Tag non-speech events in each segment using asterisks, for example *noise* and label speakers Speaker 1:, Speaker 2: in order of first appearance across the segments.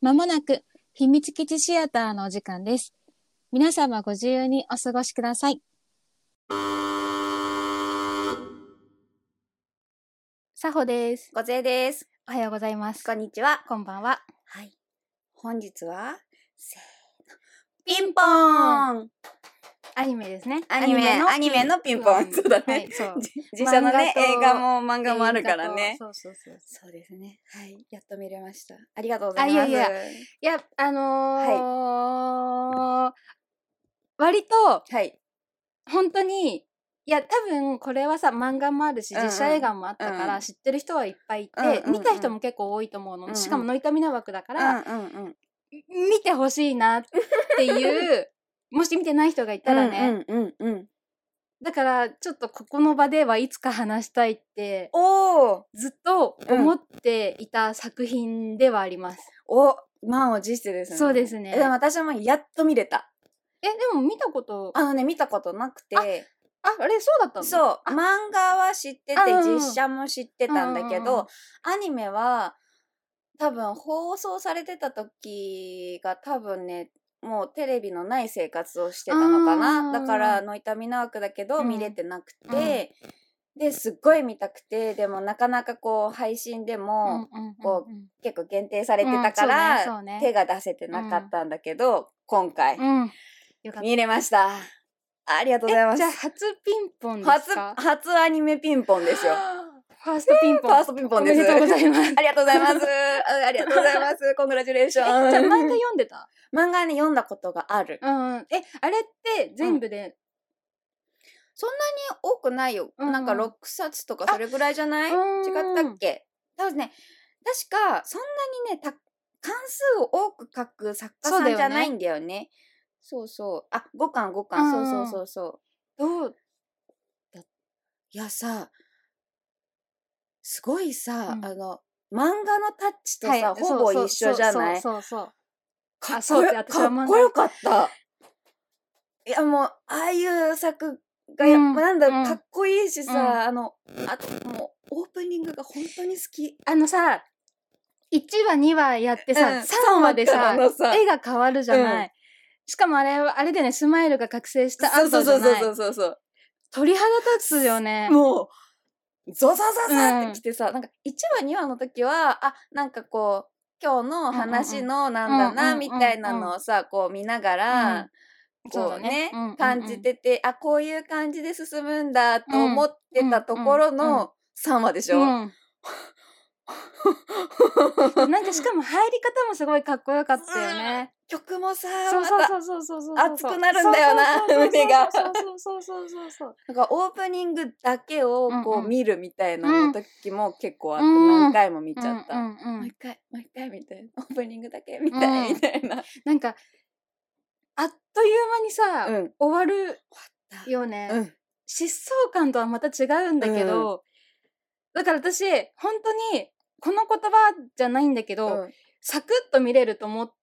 Speaker 1: まもなく秘密基地シアターのお時間です。皆様ご自由にお過ごしください。さほです。
Speaker 2: ごぜです。
Speaker 1: おはようございます。
Speaker 2: こんにちは。
Speaker 1: こんばんは。
Speaker 2: はい。本日は、せーの。ピンポーン
Speaker 1: アニメですね。
Speaker 2: アニメ、アニメのピンポン。そうだ
Speaker 1: は
Speaker 2: ね
Speaker 1: い。そう。
Speaker 2: *laughs* 自社のね、
Speaker 1: 漫画と
Speaker 2: 映画も漫画もあるからね。
Speaker 1: そうそうそう。
Speaker 2: そうですね。はい。やっと見れました。ありがとうご
Speaker 1: ざ
Speaker 2: ざ
Speaker 1: い
Speaker 2: い
Speaker 1: ま
Speaker 2: ますす。
Speaker 1: いや、あのー割と、
Speaker 2: はい。
Speaker 1: 本当に、いや、多分これはさ、漫画もあるし、
Speaker 2: うんうん
Speaker 1: 実写映画もあったか
Speaker 2: う
Speaker 1: ら、
Speaker 2: ん
Speaker 1: 知ってる人はいっぱいいて、
Speaker 2: うんうんうん
Speaker 1: 見た人も結構多いと思うの。
Speaker 2: うんうん
Speaker 1: しかも、ノイタミナ枠だから、
Speaker 2: うんうんうん。
Speaker 1: 見てほしいなっていう、もし見てない人がいたらね、
Speaker 2: うんうんうんうん。
Speaker 1: だから、ちょっとここの場ではいつか話したいって、
Speaker 2: おー
Speaker 1: ずっと思っていた作品ではあります。
Speaker 2: お満を持してですね。
Speaker 1: そうですね
Speaker 2: えでも私もやっと見れた。
Speaker 1: え、でも見たこと、あ、
Speaker 2: あのね、見たことなくて。
Speaker 1: あれ、そうだったのう。
Speaker 2: そう、漫画は知ってて
Speaker 1: あうんうん
Speaker 2: 実写も知ってたんだけ
Speaker 1: うんうんうん
Speaker 2: どアニメは多分放送されてた時が多分ねもうテレビのない生活をしてたのか
Speaker 1: あー
Speaker 2: なだからノイタミナワークだけ
Speaker 1: う
Speaker 2: ど
Speaker 1: ん
Speaker 2: 見れてなくて、ですっごい見たくてでもなかなかこう配信で
Speaker 1: うん
Speaker 2: も
Speaker 1: うんうんうん
Speaker 2: こ結構限定されてたから、
Speaker 1: うんそうねそうね
Speaker 2: 手が出せてなかったんだけど、今回、
Speaker 1: うん。よかった。
Speaker 2: 見れましたありがとうございま
Speaker 1: じ
Speaker 2: す
Speaker 1: ゃあ、初ピンポンです
Speaker 2: 初
Speaker 1: か
Speaker 2: 初アニメピンポンですよ。
Speaker 1: ファーストピンポン。
Speaker 2: ファーストピンポンです。
Speaker 1: おめでとうございます
Speaker 2: ありがとうござい
Speaker 1: *laughs*
Speaker 2: ます。あありがとうございます。コングラチュレーショ
Speaker 1: えじゃあ漫画
Speaker 2: ン。
Speaker 1: 読んでた
Speaker 2: 漫画ね、読んだことがある。
Speaker 1: うんうん。え、あれって全部で、
Speaker 2: そんなに多くないよ。
Speaker 1: うんうん
Speaker 2: なんか6冊とかそれぐらいじゃない違
Speaker 1: う
Speaker 2: っ
Speaker 1: ーん
Speaker 2: たっけ多分ね、確かそんなにね、た関数を多く書く作家
Speaker 1: そうだよ
Speaker 2: さん
Speaker 1: ね
Speaker 2: じゃないんだよね。そうそうあ、5巻5巻。
Speaker 1: うんう
Speaker 2: そうんそうそうそう。
Speaker 1: どう
Speaker 2: いやさ、すごいさ
Speaker 1: う、ん
Speaker 2: あの、漫画のタッチと
Speaker 1: はい
Speaker 2: さ、ほぼ
Speaker 1: そう
Speaker 2: 一
Speaker 1: そう
Speaker 2: 緒じゃない
Speaker 1: そうそう
Speaker 2: かっ
Speaker 1: そ
Speaker 2: こ
Speaker 1: う
Speaker 2: よ
Speaker 1: って私は漫
Speaker 2: かっ
Speaker 1: 画
Speaker 2: こよかった。いやもう、ああいう作が、やっ
Speaker 1: うん
Speaker 2: ぱなんだろう、
Speaker 1: うん
Speaker 2: かっこいいしさ、
Speaker 1: うん
Speaker 2: あの、あともう、オープニングが本当に好き。
Speaker 1: あのさ、1話2話やってさ、
Speaker 2: うん
Speaker 1: 3話でさ
Speaker 2: 三話からの、さ
Speaker 1: 絵が変わるじゃない。
Speaker 2: う
Speaker 1: しかもあれは、あれでね、スマイルが覚醒した後じゃない。
Speaker 2: うそうそう。
Speaker 1: 鳥肌立つよね。
Speaker 2: もう、ゾザザザ
Speaker 1: う
Speaker 2: っ
Speaker 1: ん
Speaker 2: てきてさ、なんか1話2話の時は、あ、なんかこう、今日の話のなんだ
Speaker 1: う
Speaker 2: な、
Speaker 1: んうんうん
Speaker 2: みたいなのをさ、こう見ながら、
Speaker 1: うんそう
Speaker 2: こ
Speaker 1: だ
Speaker 2: う
Speaker 1: ね
Speaker 2: ね
Speaker 1: うんうんうん
Speaker 2: 感じてて、あこういう感じで進むんだと思ってたところ
Speaker 1: うんうんうんうん
Speaker 2: の3話でしょ、
Speaker 1: うん。なんかしかも入り方もすごいかっこよかったよね。
Speaker 2: 曲もさ
Speaker 1: そう
Speaker 2: ま
Speaker 1: そう
Speaker 2: た
Speaker 1: そうそうそうそう。
Speaker 2: 熱くなるんだよな
Speaker 1: そうそうそうそう
Speaker 2: 胸が
Speaker 1: そうそうそうそうそう。
Speaker 2: なんかオープニングだけを
Speaker 1: う
Speaker 2: こ
Speaker 1: んう
Speaker 2: うん見るみたいなの時も結構あって
Speaker 1: うん
Speaker 2: 何回も見ちゃった、
Speaker 1: うんうんう
Speaker 2: もうん一回もう一回みたい *laughs* なオープニングだけみた
Speaker 1: う
Speaker 2: い、
Speaker 1: ん
Speaker 2: みたいな、
Speaker 1: なんか、あっという間にさ、
Speaker 2: うん
Speaker 1: 終わる
Speaker 2: た
Speaker 1: よね、
Speaker 2: うん
Speaker 1: 疾走感とはまた違うんだけど、だから私、本当に、この言葉じゃないんだけど、
Speaker 2: うん
Speaker 1: サクッと見れると思っ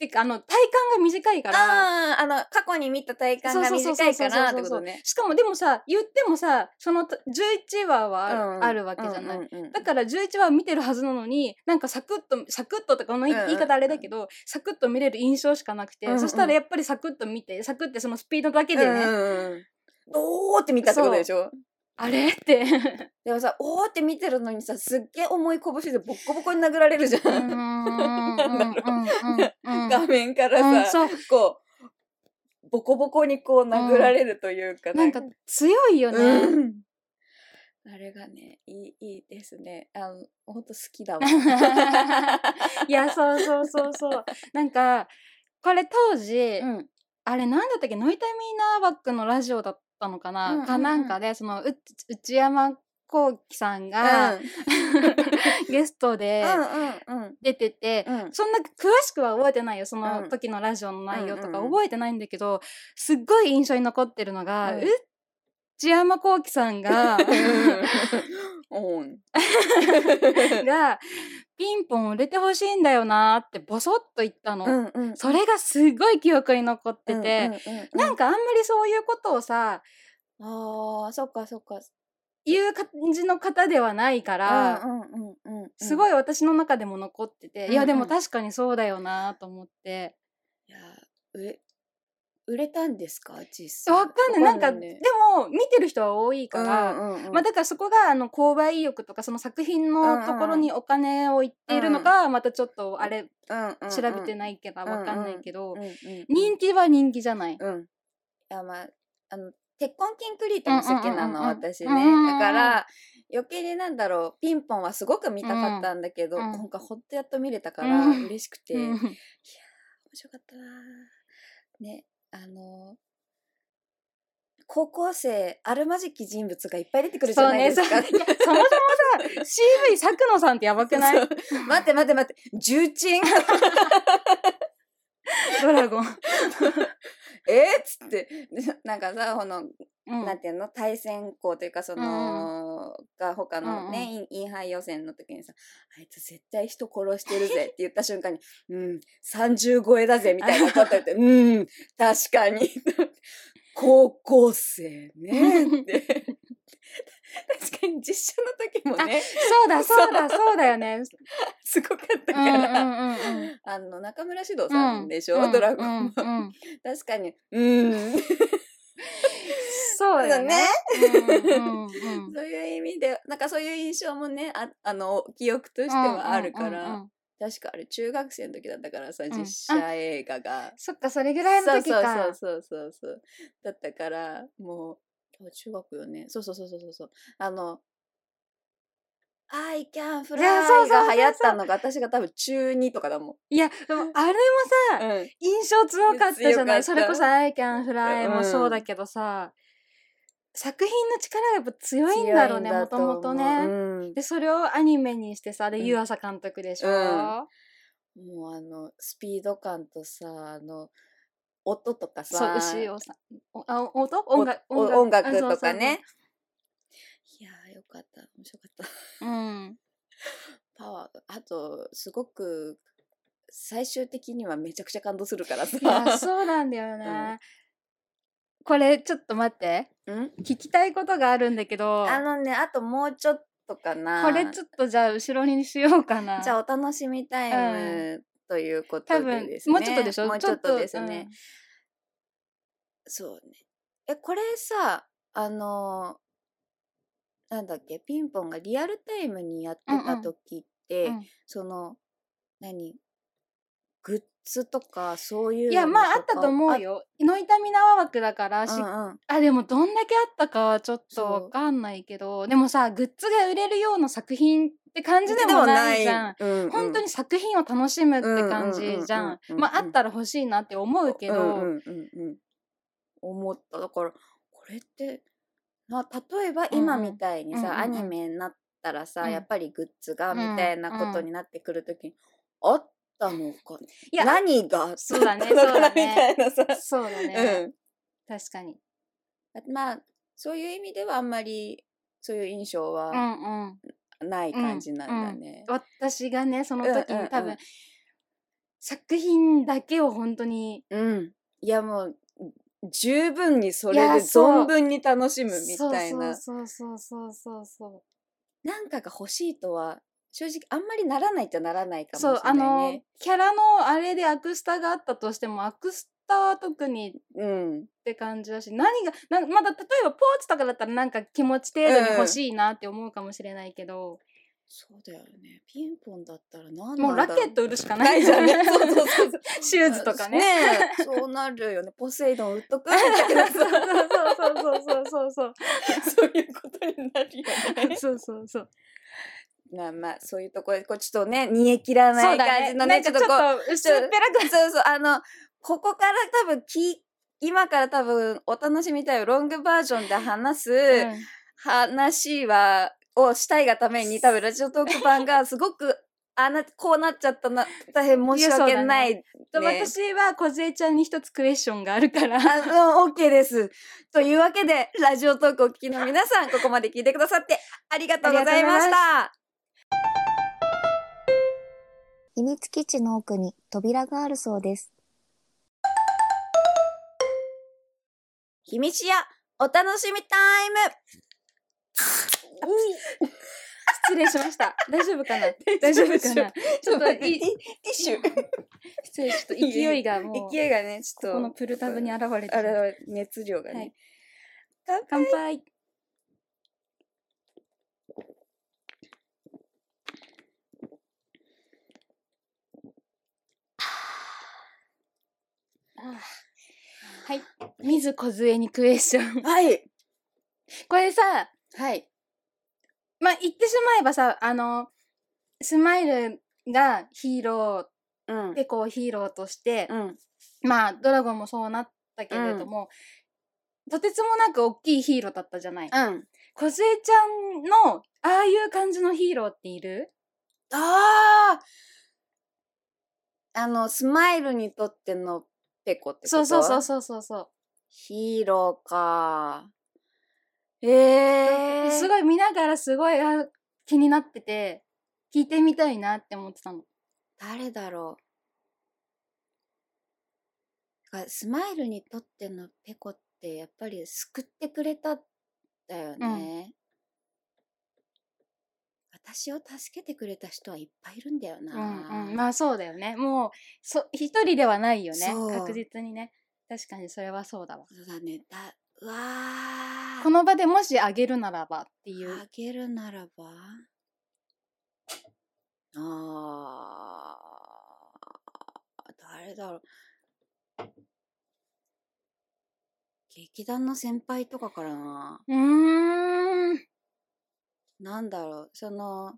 Speaker 1: てか、あの、体感が短いから、
Speaker 2: あーあの過去に見た体感が短いかなってことね
Speaker 1: しかもでもさ、言ってもさ、その11話はある,、
Speaker 2: うん
Speaker 1: あるわけじゃない。
Speaker 2: うんうんうん
Speaker 1: だから11話見てるはずなのに、なんかサクッと、サクッととか、この言い
Speaker 2: うんうんう
Speaker 1: 言
Speaker 2: ん
Speaker 1: い方あれだけど、サクッと見れる印象しかなくて、
Speaker 2: うんうん
Speaker 1: そしたらやっぱりサクッと見て、サクッてそのスピードだけでね、
Speaker 2: うんうんおーって見たってことでしょ
Speaker 1: あれって。
Speaker 2: でもさおーって見てるのにさすっげえ重い拳でボッコボコに殴られるじゃん、なんだろ画面から
Speaker 1: うん
Speaker 2: さ、
Speaker 1: そう
Speaker 2: こうボコボコにこう殴られるというか、
Speaker 1: なんか強いよね。
Speaker 2: うんあれがねいいいいですねあのほんと好きだわ
Speaker 1: *laughs* いや、そうそうそうそう。なんか、これ当時、
Speaker 2: うん
Speaker 1: あれなんだったっけノイタミナーバックのラジオだったのかな、
Speaker 2: うんうんうん
Speaker 1: かなんかで、その、う内山幸輝さん
Speaker 2: うん
Speaker 1: が、 *laughs* ゲストで
Speaker 2: うんうん
Speaker 1: 出てて、
Speaker 2: うん
Speaker 1: そんな詳しくは覚えてないよその時のラジオの内容と
Speaker 2: うんう
Speaker 1: か
Speaker 2: んうん
Speaker 1: 覚えてないんだけど、すっごい印象に残ってるのが、
Speaker 2: うん
Speaker 1: 内山幸輝さんが *laughs*
Speaker 2: うん *laughs* うん
Speaker 1: がピンポン売れてほしいんだよなーってボソッと言ったの、
Speaker 2: うんうん
Speaker 1: それがすごい記憶に残ってて、
Speaker 2: うんうんうん
Speaker 1: なんかあんまりそういうことをさ
Speaker 2: あーそっかそっか
Speaker 1: いう感じの方ではないから、
Speaker 2: うんうんうんうん、
Speaker 1: す
Speaker 2: い。
Speaker 1: ごい私の中でも残ってて、い
Speaker 2: うんう
Speaker 1: や
Speaker 2: ん
Speaker 1: でも確かにそうだよなと思って。
Speaker 2: いや売れ売れたんですか実際。
Speaker 1: わかんない。なんか、
Speaker 2: ね
Speaker 1: でも、見てる人は多いから、
Speaker 2: うんうんうん
Speaker 1: まあだからそこが、あの、購買意欲とか、その作品のところにお金をいっているのか、またちょっと、あれ、
Speaker 2: うん
Speaker 1: 調べて
Speaker 2: い。
Speaker 1: ないからわかんないけど
Speaker 2: うん、うん
Speaker 1: 人気は人気じゃない。
Speaker 2: うん。いやまああの鉄婚キンクリートも好きな
Speaker 1: うんうんうんうん
Speaker 2: の私ね。
Speaker 1: うんうんうん
Speaker 2: だから余計になんだろうピンポンはすごく見たかったんだけど、
Speaker 1: うん
Speaker 2: 今回ほんとやっと見れたから
Speaker 1: うん
Speaker 2: 嬉しくて、
Speaker 1: う
Speaker 2: 面
Speaker 1: ん
Speaker 2: 白かったな。ねあの高校生あるまじき人物がいっぱい出てくるじゃないです
Speaker 1: *laughs* そう
Speaker 2: か。
Speaker 1: ねそういやそもそもさ、CV 作野さんってやばくない
Speaker 2: *laughs* そう待って待って待って重鎮 *laughs*
Speaker 1: ドラゴン。
Speaker 2: えっつってでなんかさこの
Speaker 1: うん
Speaker 2: なんていうの対戦校というかその、が他の
Speaker 1: うん
Speaker 2: ね、インインハイ予選の時にさ「あいつ絶対人殺してるぜ」
Speaker 1: *laughs*
Speaker 2: って言った瞬間に「うん30超えだぜ」みたいなこと
Speaker 1: *laughs*
Speaker 2: 言って「うん確かに」 *laughs* 高校生ねって
Speaker 1: *laughs*
Speaker 2: 確かに実写の時もね
Speaker 1: そうだ、そうだ、そうだよね。
Speaker 2: すごかった
Speaker 1: う
Speaker 2: か
Speaker 1: んうん
Speaker 2: ら、
Speaker 1: うんうん。
Speaker 2: あの中村獅童さんでしょ、
Speaker 1: うん
Speaker 2: ドラゴン
Speaker 1: *laughs*
Speaker 2: も、
Speaker 1: うんうん
Speaker 2: 確かに「うん」
Speaker 1: そうだよね。
Speaker 2: *laughs*
Speaker 1: うんうんうん
Speaker 2: そういう意味でなんかそういう印象もねああの記憶としてはあるから、
Speaker 1: うんうんうんうん
Speaker 2: 確かあれ中学生の時だったからさ
Speaker 1: ん
Speaker 2: 実写映画が、
Speaker 1: そっか、それぐらいの
Speaker 2: そう
Speaker 1: 時
Speaker 2: そう
Speaker 1: か。
Speaker 2: そうそうそうそうだったからもうあ中学よねそうそうそうそうそうそうあの「I can fly」
Speaker 1: そうそうそうそ
Speaker 2: が
Speaker 1: う
Speaker 2: 流行ったのが私が多分中2とかだもん、
Speaker 1: いや、でもあれもさ、
Speaker 2: うん、
Speaker 1: 印象強かったじゃ
Speaker 2: 強かっ
Speaker 1: ない
Speaker 2: た
Speaker 1: それこそ「I can fly」も
Speaker 2: うん
Speaker 1: そうだけどさ、作品の力がやっぱ強いんだろうね
Speaker 2: 強
Speaker 1: も
Speaker 2: いんだ
Speaker 1: と
Speaker 2: 思う
Speaker 1: もとね。
Speaker 2: うん
Speaker 1: でそれをアニメにしてさで
Speaker 2: うん
Speaker 1: 湯浅監督でしょ、
Speaker 2: うんもうあのスピード感とさあの音とか
Speaker 1: そう
Speaker 2: さ
Speaker 1: 牛尾さんおあお音音楽
Speaker 2: おお音楽とかね。いやーよかった面白かった
Speaker 1: あそうそうそううん
Speaker 2: パワーがあとすごく最終的にはめちゃくちゃ感動するからさ
Speaker 1: い
Speaker 2: *laughs*
Speaker 1: やそうなんだよね、これちょっと待って
Speaker 2: ん
Speaker 1: 聞きたいことがあるんだけど
Speaker 2: あのねあともうちょっとかな
Speaker 1: これちょっとじゃあ後ろにしようかな
Speaker 2: じゃあお楽しみタイム、ということ
Speaker 1: 多
Speaker 2: で
Speaker 1: 分
Speaker 2: ですね
Speaker 1: もうちょっとでしょ
Speaker 2: もうちょっとですね、、そうねえこれさあのなんだっけピンポンがリアルタイムにやって
Speaker 1: うんう
Speaker 2: た
Speaker 1: ん
Speaker 2: 時って、
Speaker 1: うん
Speaker 2: その何グッズとかそういううんの
Speaker 1: いやまああったと思う
Speaker 2: よ
Speaker 1: よノイタミナワ枠だからし、
Speaker 2: うんうん
Speaker 1: あでもどんだけあったかはちょっと
Speaker 2: そう
Speaker 1: わかんないけどでもさグッズが売れるような作品って感じでもないじゃん。
Speaker 2: うんうん
Speaker 1: 本当に作品を楽しむって感じじ
Speaker 2: うんうんうんうん
Speaker 1: ゃ
Speaker 2: うん
Speaker 1: ん。
Speaker 2: うん
Speaker 1: まああったら欲しいなって思うけど、
Speaker 2: うんうんうんうん思っただからこれってな例えば今
Speaker 1: うんうん
Speaker 2: みたいにさ、
Speaker 1: うんうんうん
Speaker 2: アニメになったらさ、
Speaker 1: うん
Speaker 2: やっぱりグッズがみたいなことになってくるときに、あったのか
Speaker 1: いや
Speaker 2: 何が
Speaker 1: そうだね
Speaker 2: *laughs* あったのか
Speaker 1: そ
Speaker 2: な
Speaker 1: うだね
Speaker 2: みたいなさ、
Speaker 1: そうだね、確かに。
Speaker 2: うん、まあそういう意味ではあんまりそういう印象
Speaker 1: う
Speaker 2: は
Speaker 1: んうん。
Speaker 2: ない感じなんだね。
Speaker 1: 私がねその時
Speaker 2: うんうんうん
Speaker 1: に多分、作品だけを本当に
Speaker 2: うん、いやもう十分にそれ
Speaker 1: い
Speaker 2: で
Speaker 1: やそう
Speaker 2: 存分に楽しむみ
Speaker 1: そう
Speaker 2: たいな
Speaker 1: そうそうそうそうそう
Speaker 2: なんかが欲しいとは正直あんまりならないっちゃならないかもし
Speaker 1: そう、
Speaker 2: れ
Speaker 1: あ
Speaker 2: ない
Speaker 1: の
Speaker 2: ね。
Speaker 1: キャラのあれでアクスタがあったとしてもアクスタは特に
Speaker 2: うん、
Speaker 1: って感じだし何がなまだ例えばポーチとかだったらなんか気持ち程度に欲しいなって思うかもしれないけど、
Speaker 2: そうだよね。ピンポンだったら何なんだ
Speaker 1: もうラケッ
Speaker 2: ト
Speaker 1: ト売るしかな
Speaker 2: ないいじゃんね。 *laughs*
Speaker 1: *laughs*
Speaker 2: そうそう
Speaker 1: う
Speaker 2: そうそう。
Speaker 1: シューズとかね。
Speaker 2: えそうなるよね。ポセイドン売っとくみたい *laughs* な
Speaker 1: そう
Speaker 2: さ
Speaker 1: そうそうそうそう
Speaker 2: そういうことになるよ
Speaker 1: *laughs*
Speaker 2: ね。
Speaker 1: そうそうそうそう
Speaker 2: まあまあそういうところでこうちょっとね煮え切らない感じの
Speaker 1: な
Speaker 2: ね
Speaker 1: ん
Speaker 2: ち
Speaker 1: か
Speaker 2: ょ
Speaker 1: ち
Speaker 2: っとこう
Speaker 1: ょっと薄っぺらく
Speaker 2: そうそう、あの、ここから多分き、今から多分お楽しみたいロングバージョンで話す
Speaker 1: なる
Speaker 2: 話は、をしたいがために多分ラジオトーク版がすごく、 *laughs* あな、こうなっちゃったな、大変申し
Speaker 1: いやそ
Speaker 2: 訳
Speaker 1: うだね
Speaker 2: ない。
Speaker 1: と
Speaker 2: ね
Speaker 1: 私は梢ちゃんに一つクエスチョンがあるから
Speaker 2: あの、OK です。というわけで、ラジオトークをお聞きの皆 *laughs* さん、ここまで聞いてくださってありがとうござ
Speaker 1: あり
Speaker 2: いま
Speaker 1: がとうござ
Speaker 2: し
Speaker 1: い
Speaker 2: た。
Speaker 3: 秘密基地の奥に扉があるそうです。
Speaker 2: 秘密やお楽しみタイム
Speaker 1: 失礼しました。大丈夫かな大丈夫かなちょっといい
Speaker 2: ティティッシュ。
Speaker 1: 失礼、ちょっと *laughs* 勢いがもう、
Speaker 2: 勢いがね、ちょっと。
Speaker 1: このプルタブに現れて
Speaker 2: あ
Speaker 1: る。
Speaker 2: れ熱量が
Speaker 1: は
Speaker 2: ね
Speaker 1: い。
Speaker 2: 乾杯
Speaker 1: 乾
Speaker 2: *sighs*
Speaker 1: 杯。あーはい。水梢にクエスチョン。
Speaker 2: はい。
Speaker 1: これさ、
Speaker 2: はい。
Speaker 1: まあ、言ってしまえばさ、あの、スマイルがヒーロ
Speaker 2: うん
Speaker 1: ーでこうヒーローとして、
Speaker 2: うん。
Speaker 1: まあ、ドラゴンもそうなったけれども、とてつもなく大きいヒーローだったじゃない。
Speaker 2: うん。
Speaker 1: 小杉ちゃんの、ああいう感じのヒーローっている
Speaker 2: あああの、スマイルにとってのペコってこと
Speaker 1: そうそうそうそうそうそう。
Speaker 2: ヒーローかー。ええー。
Speaker 1: す
Speaker 2: い。
Speaker 1: ごい見ながらすごいあ気になってて、聞いてみたいなって思ってたの。
Speaker 2: 誰だろう。だからスマイルにとってのペコってやっぱり救ってくれたんだよね。私を助けてくれた人はいっぱいいるんだよな。
Speaker 1: うんうん、まあそうだよね。もう、そ一人ではないよね
Speaker 2: そう。
Speaker 1: 確実にね。確かにそれはそうだわ。
Speaker 2: そうだね。だ、うわー
Speaker 1: この場でもしあげるならばっていう。
Speaker 2: あげるならばあー誰だろう劇団の先輩とかからな
Speaker 1: うーん。
Speaker 2: なんだろうその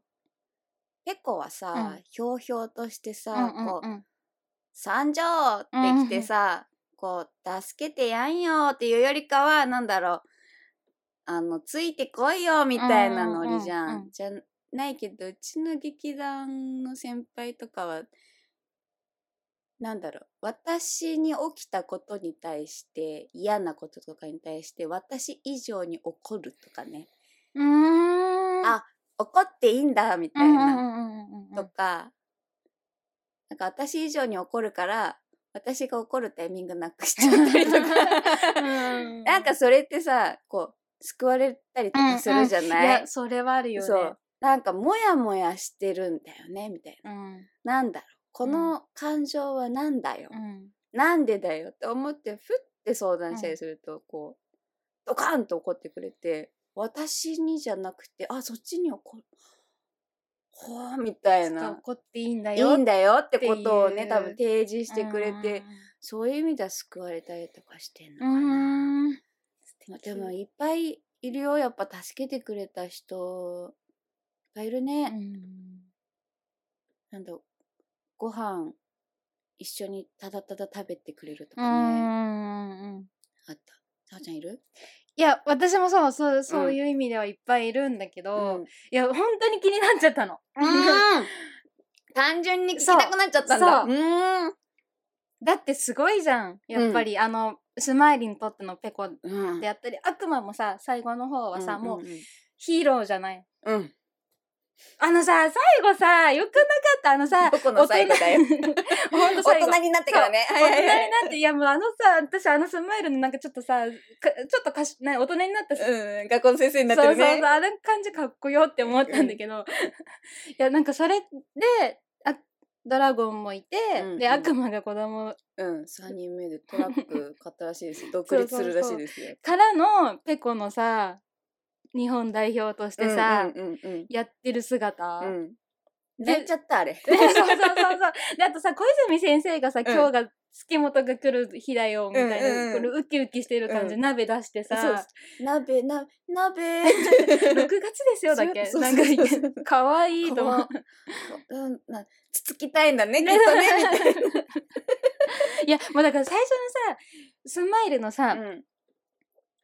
Speaker 2: ペコはさ、
Speaker 1: う
Speaker 2: ひょうひょうとしてさ、こう
Speaker 1: うんうんうん
Speaker 2: 「参上!」ってきてさ、こう「助けてやんよ」っていうよりかはなんだろうあのついてこいよみたいなノリじゃ
Speaker 1: う
Speaker 2: ん,、
Speaker 1: んうんうんうん
Speaker 2: じゃないけどうちの劇団の先輩とかはなんだろう私に起きたことに対して嫌なこととかに対して私以上に怒るとかね
Speaker 1: うーん。
Speaker 2: あ怒っていいんだみ
Speaker 1: う
Speaker 2: たい
Speaker 1: ん
Speaker 2: な、
Speaker 1: うんうんうんうん
Speaker 2: とか、なんか私以上に怒るから、私が怒るタイミングなくしちゃったり
Speaker 1: *laughs*
Speaker 2: とか、
Speaker 1: *laughs* うん
Speaker 2: *laughs* なんかそれってさ、こう、救われたりとかするじゃ
Speaker 1: い
Speaker 2: ない,、
Speaker 1: や、それはあるよね。
Speaker 2: そう。なんかモヤモヤしてるんだよね、みたい
Speaker 1: うん。
Speaker 2: な。なんだろう。この感情はなんだよ。
Speaker 1: うん。
Speaker 2: なんでだよって思って、ふって相談したりすると、こう、ドカンと怒ってくれて、私にじゃなくて、あ、そっちに怒る。ほーみたい
Speaker 1: ちょっと
Speaker 2: な。
Speaker 1: 怒っていいんだ
Speaker 2: い
Speaker 1: よ。
Speaker 2: いんだよってことを
Speaker 1: ってい
Speaker 2: ね
Speaker 1: う
Speaker 2: 多分提示してくれて、
Speaker 1: うん
Speaker 2: そういう意味では救われたりとかしてんのか
Speaker 1: うん
Speaker 2: な、
Speaker 1: うん。うーん。
Speaker 2: まあでもいっぱいいるよやっぱ助けてくれた人いっぱいいるね、
Speaker 1: うん
Speaker 2: なんだご飯一緒にただただ食べてくれると
Speaker 1: う
Speaker 2: かね、
Speaker 1: んうん。
Speaker 2: あったさおちゃんいる
Speaker 1: いや、私もそう、そう、そういう意味ではいっぱいいるんだけど、
Speaker 2: うん
Speaker 1: いや、本当に気になっちゃったの。
Speaker 2: 単純に聞きたくなっちゃったんだ
Speaker 1: そう
Speaker 2: うーん
Speaker 1: *laughs* だってすごいじゃん。やっぱり、あの、スマイリにとってのペコ
Speaker 2: うん
Speaker 1: であったり、悪魔もさ、最後の方はさ、もう
Speaker 2: うん
Speaker 1: ヒーローじゃない。
Speaker 2: うんうん
Speaker 1: あのさ、最後さ、よくなかった。あのさ、
Speaker 2: どこの最後だよ
Speaker 1: 大
Speaker 2: *laughs*
Speaker 1: 人ほんと最後。
Speaker 2: 大人になってからね
Speaker 1: 大
Speaker 2: はい
Speaker 1: 人
Speaker 2: は
Speaker 1: に
Speaker 2: いはい
Speaker 1: なって、いやもうあのさ、私あのスマイルのなんかちょっとさ、かちょっとかし、な大人になったさ、
Speaker 2: うん、学校の先生になって
Speaker 1: そうそ
Speaker 2: る
Speaker 1: うそう、
Speaker 2: ね。
Speaker 1: あの感じかっこよって思ったんだけ *laughs* ど、いや、なんかそれで、あドラゴンもいて、
Speaker 2: うんう
Speaker 1: で、
Speaker 2: ん
Speaker 1: 悪魔が子供
Speaker 2: うん、3人目でトラ *laughs* ック買ったらしいですよ。独立するらしいですよ。
Speaker 1: からのペコのさ、日本代表としてさ、
Speaker 2: うんうんうん
Speaker 1: やってる姿。
Speaker 2: うんうん。
Speaker 1: で
Speaker 2: 泣いちゃった、あ
Speaker 1: *laughs*
Speaker 2: れ。
Speaker 1: そうそうそうそう。で、あとさ、小泉先生がさ、
Speaker 2: うん
Speaker 1: 今日が、月本が来る日だよ、みたいな、
Speaker 2: うんうんうん
Speaker 1: このウキウキしてる感じ、
Speaker 2: うん
Speaker 1: 鍋出してさ、
Speaker 2: そうです鍋、な、 *laughs* 鍋。
Speaker 1: 6月ですよだっけ
Speaker 2: そう
Speaker 1: なんか
Speaker 2: そう *laughs* そうそう
Speaker 1: かわいいと思
Speaker 2: かわ
Speaker 1: う。
Speaker 2: うんなつつきたいんだね、きっとね。みたい
Speaker 1: いやもう *laughs* だから最初のさスマイルのさ、
Speaker 2: なうん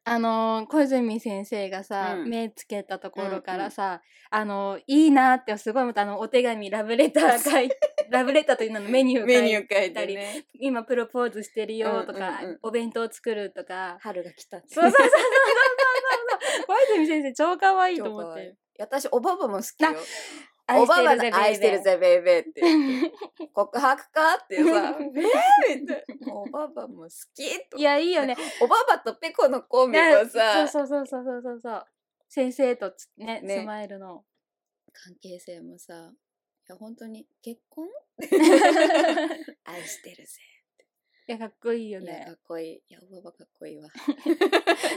Speaker 1: あのー小泉先生がさ、
Speaker 2: うん
Speaker 1: 目つけたところからさ、あのーいいなってすごい思ったあのお手紙ラブレター
Speaker 2: *laughs*
Speaker 1: 書いラブレターという名のメニュー
Speaker 2: メ
Speaker 1: 書
Speaker 2: ニ
Speaker 1: い
Speaker 2: ュー書いたりね。
Speaker 1: 今プロポーズしてるよとか、
Speaker 2: うんうんうん
Speaker 1: お弁当作ると
Speaker 2: *laughs*
Speaker 1: か
Speaker 2: 春が来たって。
Speaker 1: そうそうそうそうそうそうそう小泉先生超かわいいと思っ
Speaker 2: 超可愛い
Speaker 1: て
Speaker 2: 私、おばばも好きよ。
Speaker 1: 愛
Speaker 2: おばば
Speaker 1: してるぜ
Speaker 2: の愛して
Speaker 1: *laughs*
Speaker 2: るぜ、ベイベーって。告白かって *laughs* さ、えーみたいな。おばばも好きと *laughs*
Speaker 1: い。やいいよね
Speaker 2: おばばとペコのコンビもさ、
Speaker 1: そうそうそうそうそうそうそう先生とつねス
Speaker 2: ね
Speaker 1: マイル
Speaker 2: *laughs*
Speaker 1: の
Speaker 2: 関係性もさ、いや、本当に結婚愛してるぜ。
Speaker 1: *laughs* いやかっこいいよ
Speaker 2: いや、
Speaker 1: ね
Speaker 2: かっこいい。いや、おばばかっこい *laughs* いわ。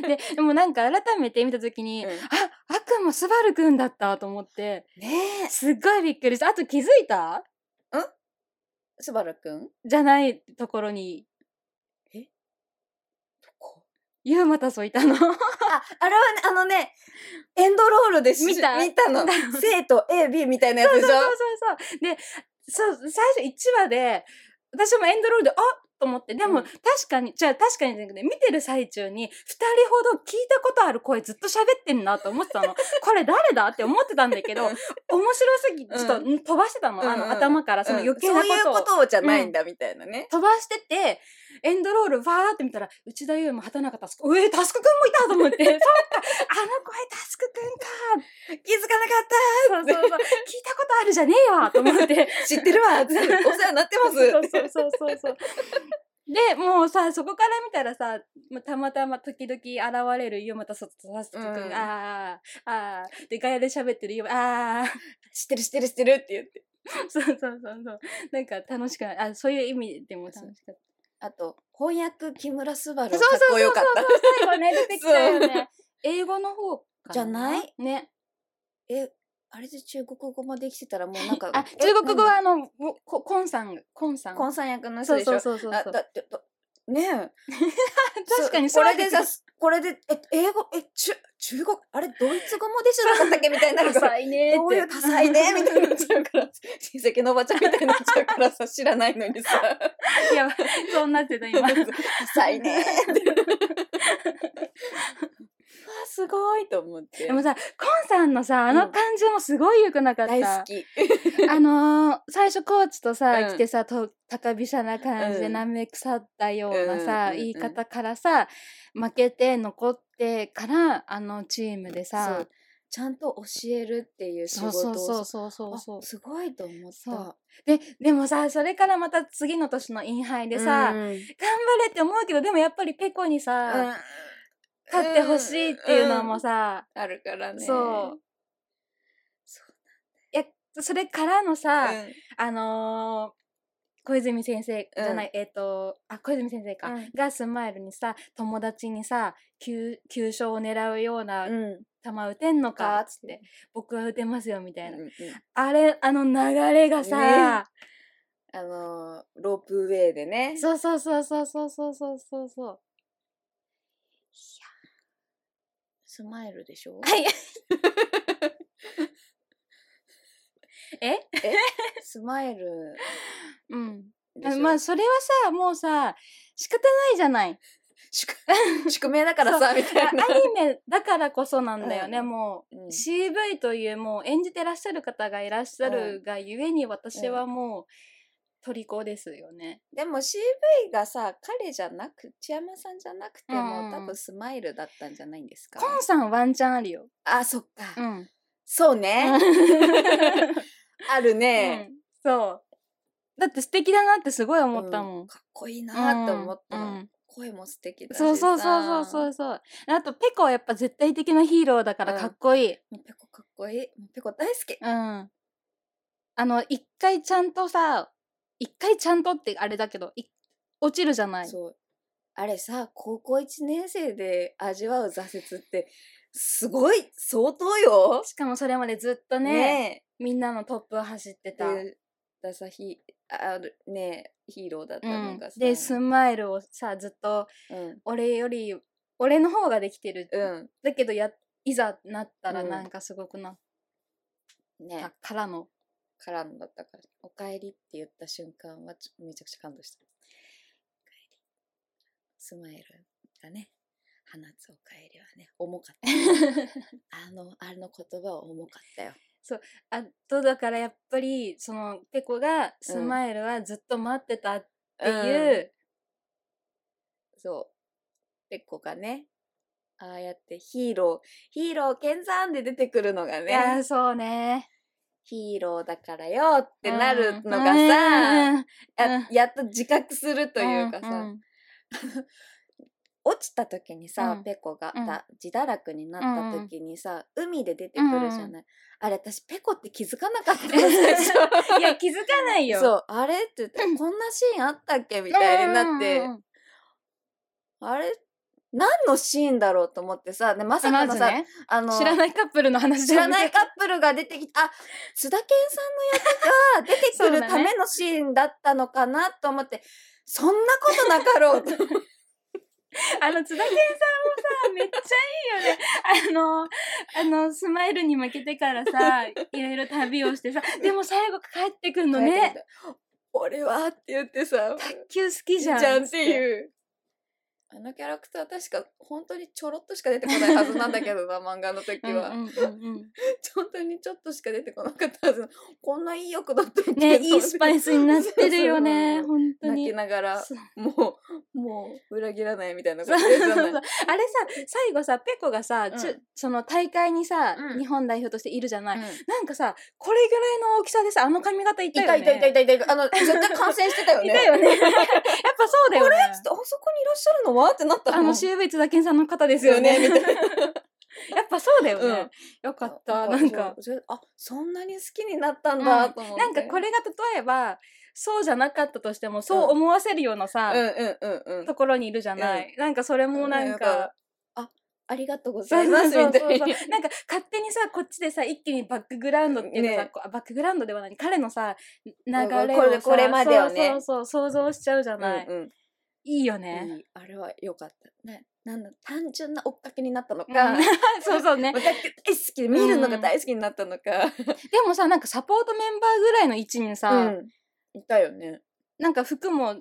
Speaker 1: ででもなんか改めて見た時に、あ悪もスバルくんだったと思って
Speaker 2: ねえ。
Speaker 1: すっごいびっくりしたあと気づいた
Speaker 2: すばらくん
Speaker 1: じゃないところに
Speaker 2: どこ
Speaker 1: ユーマタソいたの
Speaker 2: あ、あれはね、あのね、エンドロールでし
Speaker 1: 見た
Speaker 2: 見たの
Speaker 1: 見。
Speaker 2: 生と A、B みたいなやつでしょ
Speaker 1: そうそうそうでそう最初1話で私もエンドロールであと思ってでも、
Speaker 2: うん
Speaker 1: 確かにじゃあ確かにじゃなくて見てる最中に2人ほど聞いたことある声ずっと喋ってんなと思って
Speaker 2: *laughs*
Speaker 1: たのこれ誰だって思ってたんだけど
Speaker 2: うん
Speaker 1: 面白すぎちょっと、
Speaker 2: うん
Speaker 1: 飛ばしてたの,、あ
Speaker 2: うん
Speaker 1: の
Speaker 2: うん
Speaker 1: 頭からその余計なことを。
Speaker 2: うんそういうことじゃないんだみたいなね。
Speaker 1: 飛ばしてて、エンドロールわーって見たら、内田優も畑中タスク、うえ、タスクくんもいたと思って、そうか、あの声タスクく
Speaker 2: 気づかなか
Speaker 1: んかそうそうそう、聞いたことあるじゃねえよと思って。
Speaker 2: った知ってるわってお世話になってます
Speaker 1: そうそうそうそうそう。で、もうさ、そこから見たらさ、またまたま時々現れる湯又さとタスクくん、
Speaker 2: うん
Speaker 1: ああ、ああ、で、ガヤで喋ってる湯ああ、
Speaker 2: 知ってる知ってる知ってるって言
Speaker 1: *laughs*
Speaker 2: って。
Speaker 1: そうそうそうそう。なんか楽しくない、あ、そういう意味でも楽しかった。
Speaker 2: あと、翻訳木村昴は
Speaker 1: そ
Speaker 2: か
Speaker 1: うそ
Speaker 2: っ
Speaker 1: う
Speaker 2: こ
Speaker 1: そう
Speaker 2: よ
Speaker 1: そ
Speaker 2: か
Speaker 1: う
Speaker 2: っ
Speaker 1: そう
Speaker 2: た。
Speaker 1: 最後ね出てきたよね英語の方かな
Speaker 2: じゃない
Speaker 1: ね
Speaker 2: え、あれで中国語まで来てたらもうなん *laughs* か。
Speaker 1: あ
Speaker 2: え
Speaker 1: 中国語はあのおこコンさんコンさん
Speaker 2: コンさん役の人
Speaker 1: そ
Speaker 2: で
Speaker 1: う
Speaker 2: しょ
Speaker 1: そうそうそう
Speaker 2: あだってだねえ
Speaker 1: 確かにそ
Speaker 2: そ
Speaker 1: う
Speaker 2: こ
Speaker 1: やっ
Speaker 2: れ
Speaker 1: て
Speaker 2: でさこれでえ英語え中中国あれドイツ語もでしょなかったっけみたいにな
Speaker 1: *laughs*
Speaker 2: るから
Speaker 1: いね
Speaker 2: どういう多彩ねみたいになっちゃうから親戚のおばちゃんみたいになっちゃうからさ知らないのにさ
Speaker 1: い *laughs* やそうなってた今
Speaker 2: 多彩ねってわ
Speaker 1: *laughs*
Speaker 2: あすごいと思って
Speaker 1: でもさコンさんのさあの感じもすごい良くなかった、
Speaker 2: 大好き
Speaker 1: あのー最初コーチとさ、
Speaker 2: うん
Speaker 1: 来てさと高飛車な感じで
Speaker 2: うん
Speaker 1: なめ腐ったようなさ、
Speaker 2: うんうんうんうん
Speaker 1: 言い方からさ負けて残ってからあのチームでさ
Speaker 2: そうちゃんと教えるっていう仕
Speaker 1: そう
Speaker 2: 事
Speaker 1: そう
Speaker 2: を
Speaker 1: そうそうそうそう
Speaker 2: あすごいと思っ
Speaker 1: そう
Speaker 2: た
Speaker 1: ででもさそれからまた次の年のインハイでさ、頑
Speaker 2: うん
Speaker 1: 張れって思うけどでもやっぱりペコにさ、
Speaker 2: うん
Speaker 1: 勝ってほしいっていうのもさ、
Speaker 2: あるからね
Speaker 1: そう
Speaker 2: そ
Speaker 1: いやそれからの
Speaker 2: う
Speaker 1: さ、
Speaker 2: ん
Speaker 1: あのー小泉先生じゃない、えっ、とあ小泉先生か、
Speaker 2: うん
Speaker 1: がスマイルにさ友達にさ急急勝を狙うような
Speaker 2: うん
Speaker 1: 球打てんのか
Speaker 2: か
Speaker 1: っつって、僕は打てますよみたいな、
Speaker 2: うんうん
Speaker 1: あれあの流れがさ、
Speaker 2: あのーロープウェイでね
Speaker 1: そうそうそうそうそうそうそうそうそう
Speaker 2: スマイルでしょ *laughs*
Speaker 1: はい。え
Speaker 2: スマイル
Speaker 1: うん。
Speaker 2: で
Speaker 1: あ
Speaker 2: しょ
Speaker 1: まあ、それはさ、もうさ、仕方ないじゃない。
Speaker 2: 宿 *laughs* 宿命だからさみ
Speaker 1: あ
Speaker 2: た
Speaker 1: ア
Speaker 2: *laughs* いな
Speaker 1: ニメだからこそなんだよね、
Speaker 2: うん
Speaker 1: もう。
Speaker 2: うん
Speaker 1: CV というもう演じてらっしゃる方がいらっしゃるがゆえに私はもう虜ですよね。
Speaker 2: でも CV がさ彼じゃなく千山さんじゃなくて
Speaker 1: うんう
Speaker 2: も
Speaker 1: ん
Speaker 2: 多分スマイルだったんじゃないんですか
Speaker 1: コンさんワンチャンあるよ。
Speaker 2: あそっか
Speaker 1: ん。
Speaker 2: そう
Speaker 1: *laughs*
Speaker 2: *laughs* ねある
Speaker 1: う
Speaker 2: ね
Speaker 1: んそう。だって素敵だなってすごい思った
Speaker 2: う
Speaker 1: もん。
Speaker 2: かっこいいなって思った
Speaker 1: うんうん
Speaker 2: 声も素敵だし
Speaker 1: そうそうそうそう
Speaker 2: う
Speaker 1: そうそう。あと、ペコはやっぱ絶対的なヒーローだからかっこいい。
Speaker 2: ペコかっこいいもうペコ大好き
Speaker 1: うん。あの、一回ちゃんとさ、一回ちゃんとってあれだけど、い落ちるじゃない。
Speaker 2: そうあれさ高校1年生で味わう挫折ってすごい相当よ
Speaker 1: しかもそれまでずっとね、
Speaker 2: ね
Speaker 1: みんなのトップを走って
Speaker 2: え
Speaker 1: た。
Speaker 2: でださひあるねえヒーローだった
Speaker 1: う
Speaker 2: の
Speaker 1: ん
Speaker 2: がさ、、
Speaker 1: で、スマイルをさ、ずっと、
Speaker 2: うん
Speaker 1: 俺より、俺の方ができてる。
Speaker 2: う
Speaker 1: だけどや、いざなったら
Speaker 2: うん
Speaker 1: なんかすごくなっ
Speaker 2: ん
Speaker 1: た、
Speaker 2: ね
Speaker 1: からの。
Speaker 2: からのだったから「おかえり」って言った瞬間はちょめちゃくちゃ感動した「おかえり」スマイルがね放つ「おかえり」はね重かった
Speaker 1: *laughs*
Speaker 2: あのあれの言葉は重かったよ
Speaker 1: あと、だからやっぱり、その、ペコが、スマイルはずっと待ってたっていう、
Speaker 2: うんそう。ペッコがね、ああやってヒーロー、ヒーロー剣山で出てくるのが
Speaker 1: いや
Speaker 2: ね
Speaker 1: ー、、そうね。
Speaker 2: ヒーローだからよってなるのが
Speaker 1: うん
Speaker 2: さ、
Speaker 1: うん
Speaker 2: ややっと自覚するというかさ、
Speaker 1: んん
Speaker 2: あの落ちた時にさ、
Speaker 1: うん
Speaker 2: ペコが、
Speaker 1: うん
Speaker 2: だ自堕落になった時にさ、海で出てくるじゃない、あれ私ペコって気づかなかったの最初
Speaker 1: いや、気づか *laughs* ないよ。
Speaker 2: そうあれって言ってこんなシーンあったっけみたいになって、
Speaker 1: うんうんうん
Speaker 2: あれ何のシーンだろうと思ってさでまさか
Speaker 1: ま
Speaker 2: の
Speaker 1: ず
Speaker 2: さ、
Speaker 1: ね、
Speaker 2: あの
Speaker 1: 知らないカップルの話
Speaker 2: 知らない
Speaker 1: い。
Speaker 2: カップルが出てきて、
Speaker 1: *laughs*
Speaker 2: あ、津田健さんの役が
Speaker 1: そうだね
Speaker 2: 出てくるためのシーンだったのかなと思って、そんなことなかろ
Speaker 1: *laughs*
Speaker 2: うと。
Speaker 1: あの、津田健さんもさ、めっちゃいいよね。あの、あの、スマイルに負けてからさ、いろいろ旅をしてさ、でも最後帰ってくんのね。
Speaker 2: 俺はって言ってさ、
Speaker 1: 卓球好きじ
Speaker 2: じ
Speaker 1: ゃん。
Speaker 2: ゃんって
Speaker 1: う。
Speaker 2: いう。あのキャラクター確か本当にちょろっとしか出てこないはずなんだけどな、漫画の時
Speaker 1: うんう
Speaker 2: は。
Speaker 1: んうん
Speaker 2: 本当にちょっとしか出てこなかったはず。こんないい役だったっけ
Speaker 1: うん、ねいいスパイスになってるよね、
Speaker 2: そう
Speaker 1: 本当
Speaker 2: 泣
Speaker 1: に
Speaker 2: き。ながら、
Speaker 1: そう
Speaker 2: もう、もう裏切らないみたいな
Speaker 1: そ
Speaker 2: 感
Speaker 1: う
Speaker 2: じ
Speaker 1: そうそ
Speaker 2: じ
Speaker 1: う
Speaker 2: ゃ
Speaker 1: あ
Speaker 2: な
Speaker 1: れ
Speaker 2: い
Speaker 1: さ最後さペコがさ、ちゅ
Speaker 2: うん
Speaker 1: その大会にさ、
Speaker 2: うん
Speaker 1: 日本代表としているじゃない、
Speaker 2: うん
Speaker 1: なんかさこれぐらいの大きさでさあの髪型い
Speaker 2: い
Speaker 1: たよ
Speaker 2: た
Speaker 1: ね
Speaker 2: いたいたいたいた。あの、絶対感染してたよね。
Speaker 1: いたよ *laughs* ねやっぱそうだよね
Speaker 2: ちょっとあそこにいらっしゃるのはってなった
Speaker 1: あの
Speaker 2: シーン
Speaker 1: 周別だけさんの方ですよね
Speaker 2: ですよね
Speaker 1: みたい *laughs* なやっぱそうだよね、
Speaker 2: うん
Speaker 1: よかったなんか
Speaker 2: そうあ、そんなに好きになったん
Speaker 1: う
Speaker 2: だ
Speaker 1: ん
Speaker 2: と思って。
Speaker 1: なんかこ
Speaker 2: れ、
Speaker 1: れが例えばそうじゃなかったとしてもそう思わせるようなさ、
Speaker 2: うんうんうんうん。
Speaker 1: ところにいるじゃない、なんかそれもなんか、
Speaker 2: ありがとうござ
Speaker 1: そう
Speaker 2: いますみた
Speaker 1: そう
Speaker 2: い
Speaker 1: そうそうな
Speaker 2: な。
Speaker 1: んか勝手にさこっちでさ一気にバックグラウンドっていうのさ、
Speaker 2: ね
Speaker 1: こうあバックグラウンドではない彼のさ流れ
Speaker 2: ん
Speaker 1: をさ
Speaker 2: これこれまでをね
Speaker 1: そうそうそう想像しちゃうじゃない、
Speaker 2: うんうん
Speaker 1: いいよね、
Speaker 2: いいあれは良かった。な、なんだ、単純な追っかけになったの
Speaker 1: う
Speaker 2: か
Speaker 1: ん、 *laughs* そうそうね
Speaker 2: 私大好きで、見るのが大好きになったのか。
Speaker 1: でもさなんかサポートメンバーぐらいの位置にさ、
Speaker 2: うん。いたよね。
Speaker 1: なんか服も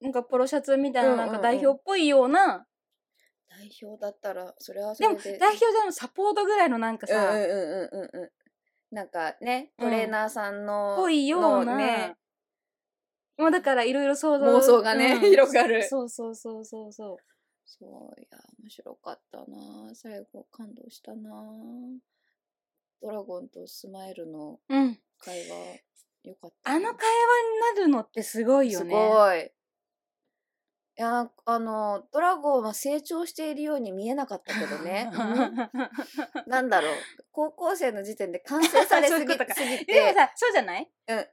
Speaker 1: なんかポロシャツみたいな
Speaker 2: うんうん
Speaker 1: な
Speaker 2: うん
Speaker 1: んか代表っぽいような、
Speaker 2: 代表だったら、それはそ
Speaker 1: で
Speaker 2: れ
Speaker 1: も
Speaker 2: で。
Speaker 1: 代表じゃなくサポートぐらいのなんかさ、
Speaker 2: うんうんうんうんうんうん。なんかね、
Speaker 1: うん
Speaker 2: トレーナーさんの、
Speaker 1: ぽいような、
Speaker 2: のね
Speaker 1: もうだからいろいろ想像
Speaker 2: 妄想がね、広がる。
Speaker 1: そうそうそうそうそう
Speaker 2: そういや面白かったな最後感動したなドラゴンとスマイルの
Speaker 1: うん
Speaker 2: 会話よかった
Speaker 1: あの会話になるのってすごいよね。、
Speaker 2: すごいいやあのドラゴンは成長しているように見えなかったけどね
Speaker 1: *laughs*
Speaker 2: うん *laughs* なんだろう高校生の時点で完成されす
Speaker 1: そうい
Speaker 2: ぎ
Speaker 1: うことか
Speaker 2: すぎ
Speaker 1: でも
Speaker 2: て
Speaker 1: さ、そうじゃない
Speaker 2: うんん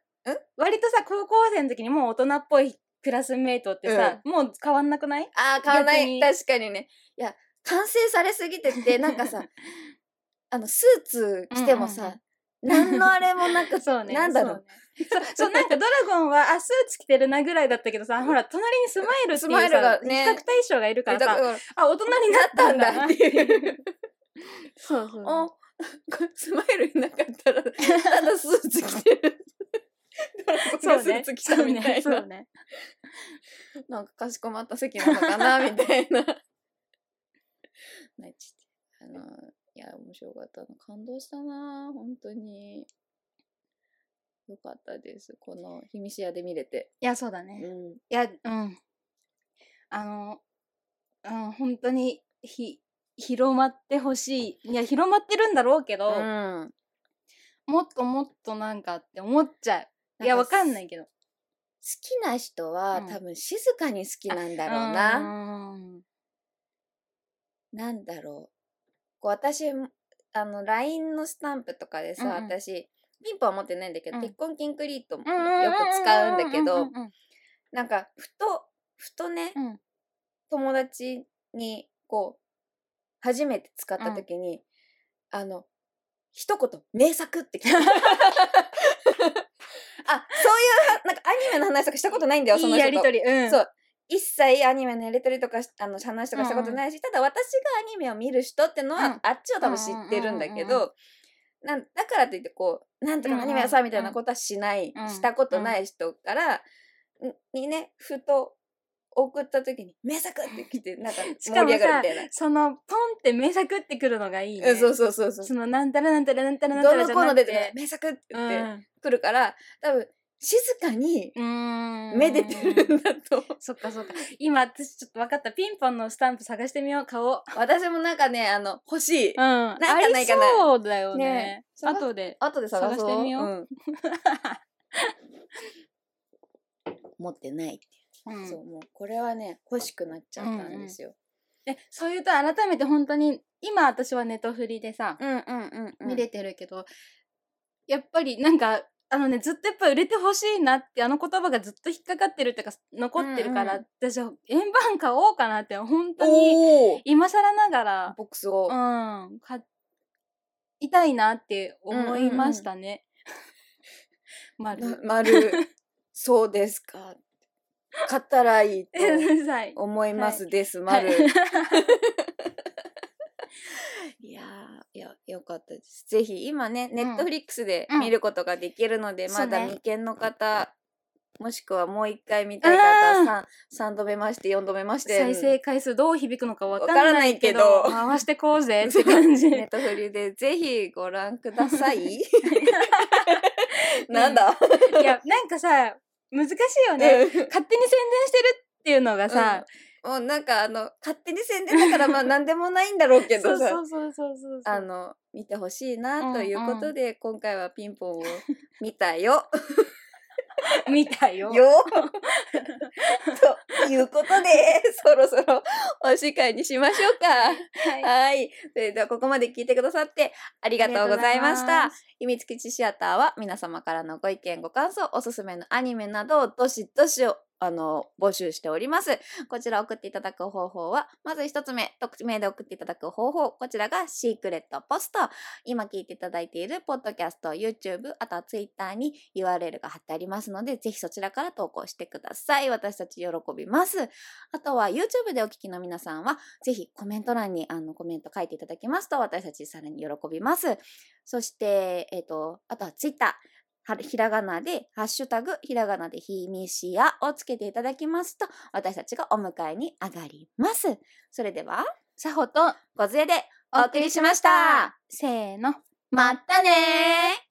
Speaker 1: 割とさ、高校生の時にもう大人っぽいクラスメイトってさ、もう変わんなくない
Speaker 2: ああ変わんな
Speaker 1: 逆
Speaker 2: い
Speaker 1: に
Speaker 2: 確かにねいや完成されすぎ
Speaker 1: *laughs*
Speaker 2: ててなんかさあのスーツ着ても
Speaker 1: う
Speaker 2: さ、
Speaker 1: んうんう
Speaker 2: 何のあれもな
Speaker 1: *laughs*
Speaker 2: く
Speaker 1: そうね。
Speaker 2: なんだろう
Speaker 1: そう,、そう、なんかドラゴンは、あ、スーツ着てるなぐらいだったけどさ、ほら、隣にスマイルってい
Speaker 2: ス
Speaker 1: う
Speaker 2: マイル
Speaker 1: さ
Speaker 2: が、
Speaker 1: 比
Speaker 2: ね
Speaker 1: 較対象がいるから
Speaker 2: だ
Speaker 1: さ、
Speaker 2: から
Speaker 1: あ、大人になったんだなっていう。
Speaker 2: *laughs*
Speaker 1: そう *laughs* そう。
Speaker 2: あ、スマイルいなかった
Speaker 1: *laughs*
Speaker 2: ら、ただスーツ着てる。ドラゴン
Speaker 1: そ
Speaker 2: が
Speaker 1: う
Speaker 2: スー
Speaker 1: ね
Speaker 2: ツ着たみたい
Speaker 1: そうね。そ
Speaker 2: な
Speaker 1: う。ね
Speaker 2: なんかかしこまった席なのかな、みたいな。ないちあの、いや、面白かったな。感動したな、本当に。よかったです。この、ひみしやで見れて。
Speaker 1: いや、そうだね。
Speaker 2: うん。
Speaker 1: いや、うん。あの、うん、本当に、ひ、広まってほしい。いや、広まってるんだろうけど、
Speaker 2: うん
Speaker 1: もっともっとなんかって思っちゃう。い
Speaker 2: な
Speaker 1: や、
Speaker 2: んか
Speaker 1: わかんないけど。
Speaker 2: 好きな人は、
Speaker 1: うん
Speaker 2: 多分静かに好きなんだろうな。
Speaker 1: な。
Speaker 2: なんだろう。こう私も、あの、LINE のスタンプとかでさ、
Speaker 1: うんうん
Speaker 2: 私、ピンポンは持ってないんだけど、
Speaker 1: うん
Speaker 2: 鉄痕キンクリートも
Speaker 1: うん
Speaker 2: よく使うんだけ
Speaker 1: う
Speaker 2: ど
Speaker 1: ん、うん
Speaker 2: なんか、ふと、ふとね、
Speaker 1: うん
Speaker 2: 友達に、こう、初めて使った時に、あの、一言、名作っ
Speaker 1: *laughs*
Speaker 2: て聞いた。あ、そういう、なんかアニメの話とかしたことないんだよ、そ
Speaker 1: い
Speaker 2: の
Speaker 1: い
Speaker 2: 人
Speaker 1: やり
Speaker 2: と
Speaker 1: と。り。うん。
Speaker 2: そう一切アニメのやりとりとかしあの話とかしたことないし、ただ私がアニメを見る人ってのは、
Speaker 1: うん
Speaker 2: あっちを多分知ってるんだけ
Speaker 1: うんうんうん
Speaker 2: ど、なんだからといってこうなんとかのアニメは
Speaker 1: うん
Speaker 2: さ
Speaker 1: うん
Speaker 2: みたいなことはしない、
Speaker 1: うん
Speaker 2: したことない人から、んにねふと送った時に「名作!」って来
Speaker 1: *laughs*
Speaker 2: てなんか
Speaker 1: し
Speaker 2: 盛
Speaker 1: かも
Speaker 2: り上がる
Speaker 1: さ
Speaker 2: みたいな。
Speaker 1: その、ポンって名作ってくるのがいいね。
Speaker 2: うんそうそうそうそう。
Speaker 1: その、なんたらなんたらなんたらなんた
Speaker 2: ど
Speaker 1: ら
Speaker 2: の
Speaker 1: じゃ
Speaker 2: 子
Speaker 1: な
Speaker 2: の
Speaker 1: く
Speaker 2: 出てくる
Speaker 1: て。
Speaker 2: 名作って
Speaker 1: う
Speaker 2: 言って
Speaker 1: ん。
Speaker 2: 来るから、多分静かに
Speaker 1: うーん
Speaker 2: めでてるんだと思う
Speaker 1: そっかそっか。今、私ちょっと分かった。ピンポンのスタンプ探してみよう、顔。
Speaker 2: 私もなんかねあの欲し
Speaker 1: う
Speaker 2: い。
Speaker 1: ん。なん
Speaker 2: かないかな
Speaker 1: そうだよね
Speaker 2: ね。
Speaker 1: あとで。
Speaker 2: 後で探そ
Speaker 1: 探
Speaker 2: う
Speaker 1: してみよう
Speaker 2: うん *laughs* 持ってないって
Speaker 1: うん
Speaker 2: そう、もうこれはね、欲しくなっちゃったんですよ。
Speaker 1: でそういうと改めて本当に今私はネトフリでさ、
Speaker 2: うんうんうん、
Speaker 1: 見れてるけどやっぱりなんかあのねずっとやっぱ売れてほしいなってあの言葉がずっと引っかかってるっていうか残ってるから、
Speaker 2: うん
Speaker 1: 私は円盤買おうかなって本当に
Speaker 2: おお
Speaker 1: 今更ながら
Speaker 2: ボックスを、
Speaker 1: うん買いたいなって思いましたね。まる *laughs*
Speaker 2: な *laughs* 丸、そうですか。買ったらいい *laughs* と
Speaker 1: はい
Speaker 2: 思いますです、
Speaker 1: は
Speaker 2: 丸。
Speaker 1: い
Speaker 2: い、や *laughs* ーいや、よかったです。ぜひ、今ね、ネットフリックスで
Speaker 1: うん
Speaker 2: 見ることができるので、
Speaker 1: そう
Speaker 2: ま
Speaker 1: ね
Speaker 2: だ未見の方、もしくはもう一回見たい方
Speaker 1: うん
Speaker 2: は3、3度目まして、4度目まして。
Speaker 1: 再生回数どう響くのかわか
Speaker 2: わから
Speaker 1: ん
Speaker 2: な
Speaker 1: ないい
Speaker 2: け
Speaker 1: け
Speaker 2: ど
Speaker 1: ど回してこうぜって感じ
Speaker 2: *laughs* ネットフリでぜひご覧ください。なんだ
Speaker 1: *laughs* いやなんかさ難しいよね、
Speaker 2: う
Speaker 1: 勝手に宣伝してるっていうのがさ、
Speaker 2: んもうなんかあの、勝手に宣
Speaker 1: *laughs*
Speaker 2: 伝だからまあ何でもないんだろうけ
Speaker 1: そ
Speaker 2: ど
Speaker 1: うそ
Speaker 2: さ
Speaker 1: う、そうそうそう
Speaker 2: あの、見てほしいなということで、今回はピ
Speaker 1: *laughs*
Speaker 2: ンポンを見たよ。
Speaker 1: 見たよ *laughs*
Speaker 2: よということで、 *laughs* そろそろおし会にしましょうか。
Speaker 1: はい
Speaker 2: はい。それではここまで聞いてくださってありがとうございまし
Speaker 1: ありがとうござい
Speaker 2: た
Speaker 1: ま。
Speaker 2: 秘密基地シアターは皆様からのご意見ご感想おすすめのアニメなどをどしどしをあの募集しておりますこちら送っていただく方法はまず一つ目匿名で送っていただく方法こちらがシークレットポスト今聞いていただいているポッドキャスト YouTube あとは Twitter に URL が貼ってありますのでぜひそちらから投稿してください私たち喜びますあとは YouTube でお聞きの皆さんはぜひコメント欄にあのコメント書いていただきますと私たちさらに喜びますそして、えっ、と、あとはツイッター。はひらがなで、ハッシュタグ、ひらがなでひみしやをつけていただきますと、私たちがお迎えに上がります。それでは、さほとごずえでお送りしました。
Speaker 1: せーの
Speaker 2: まったねー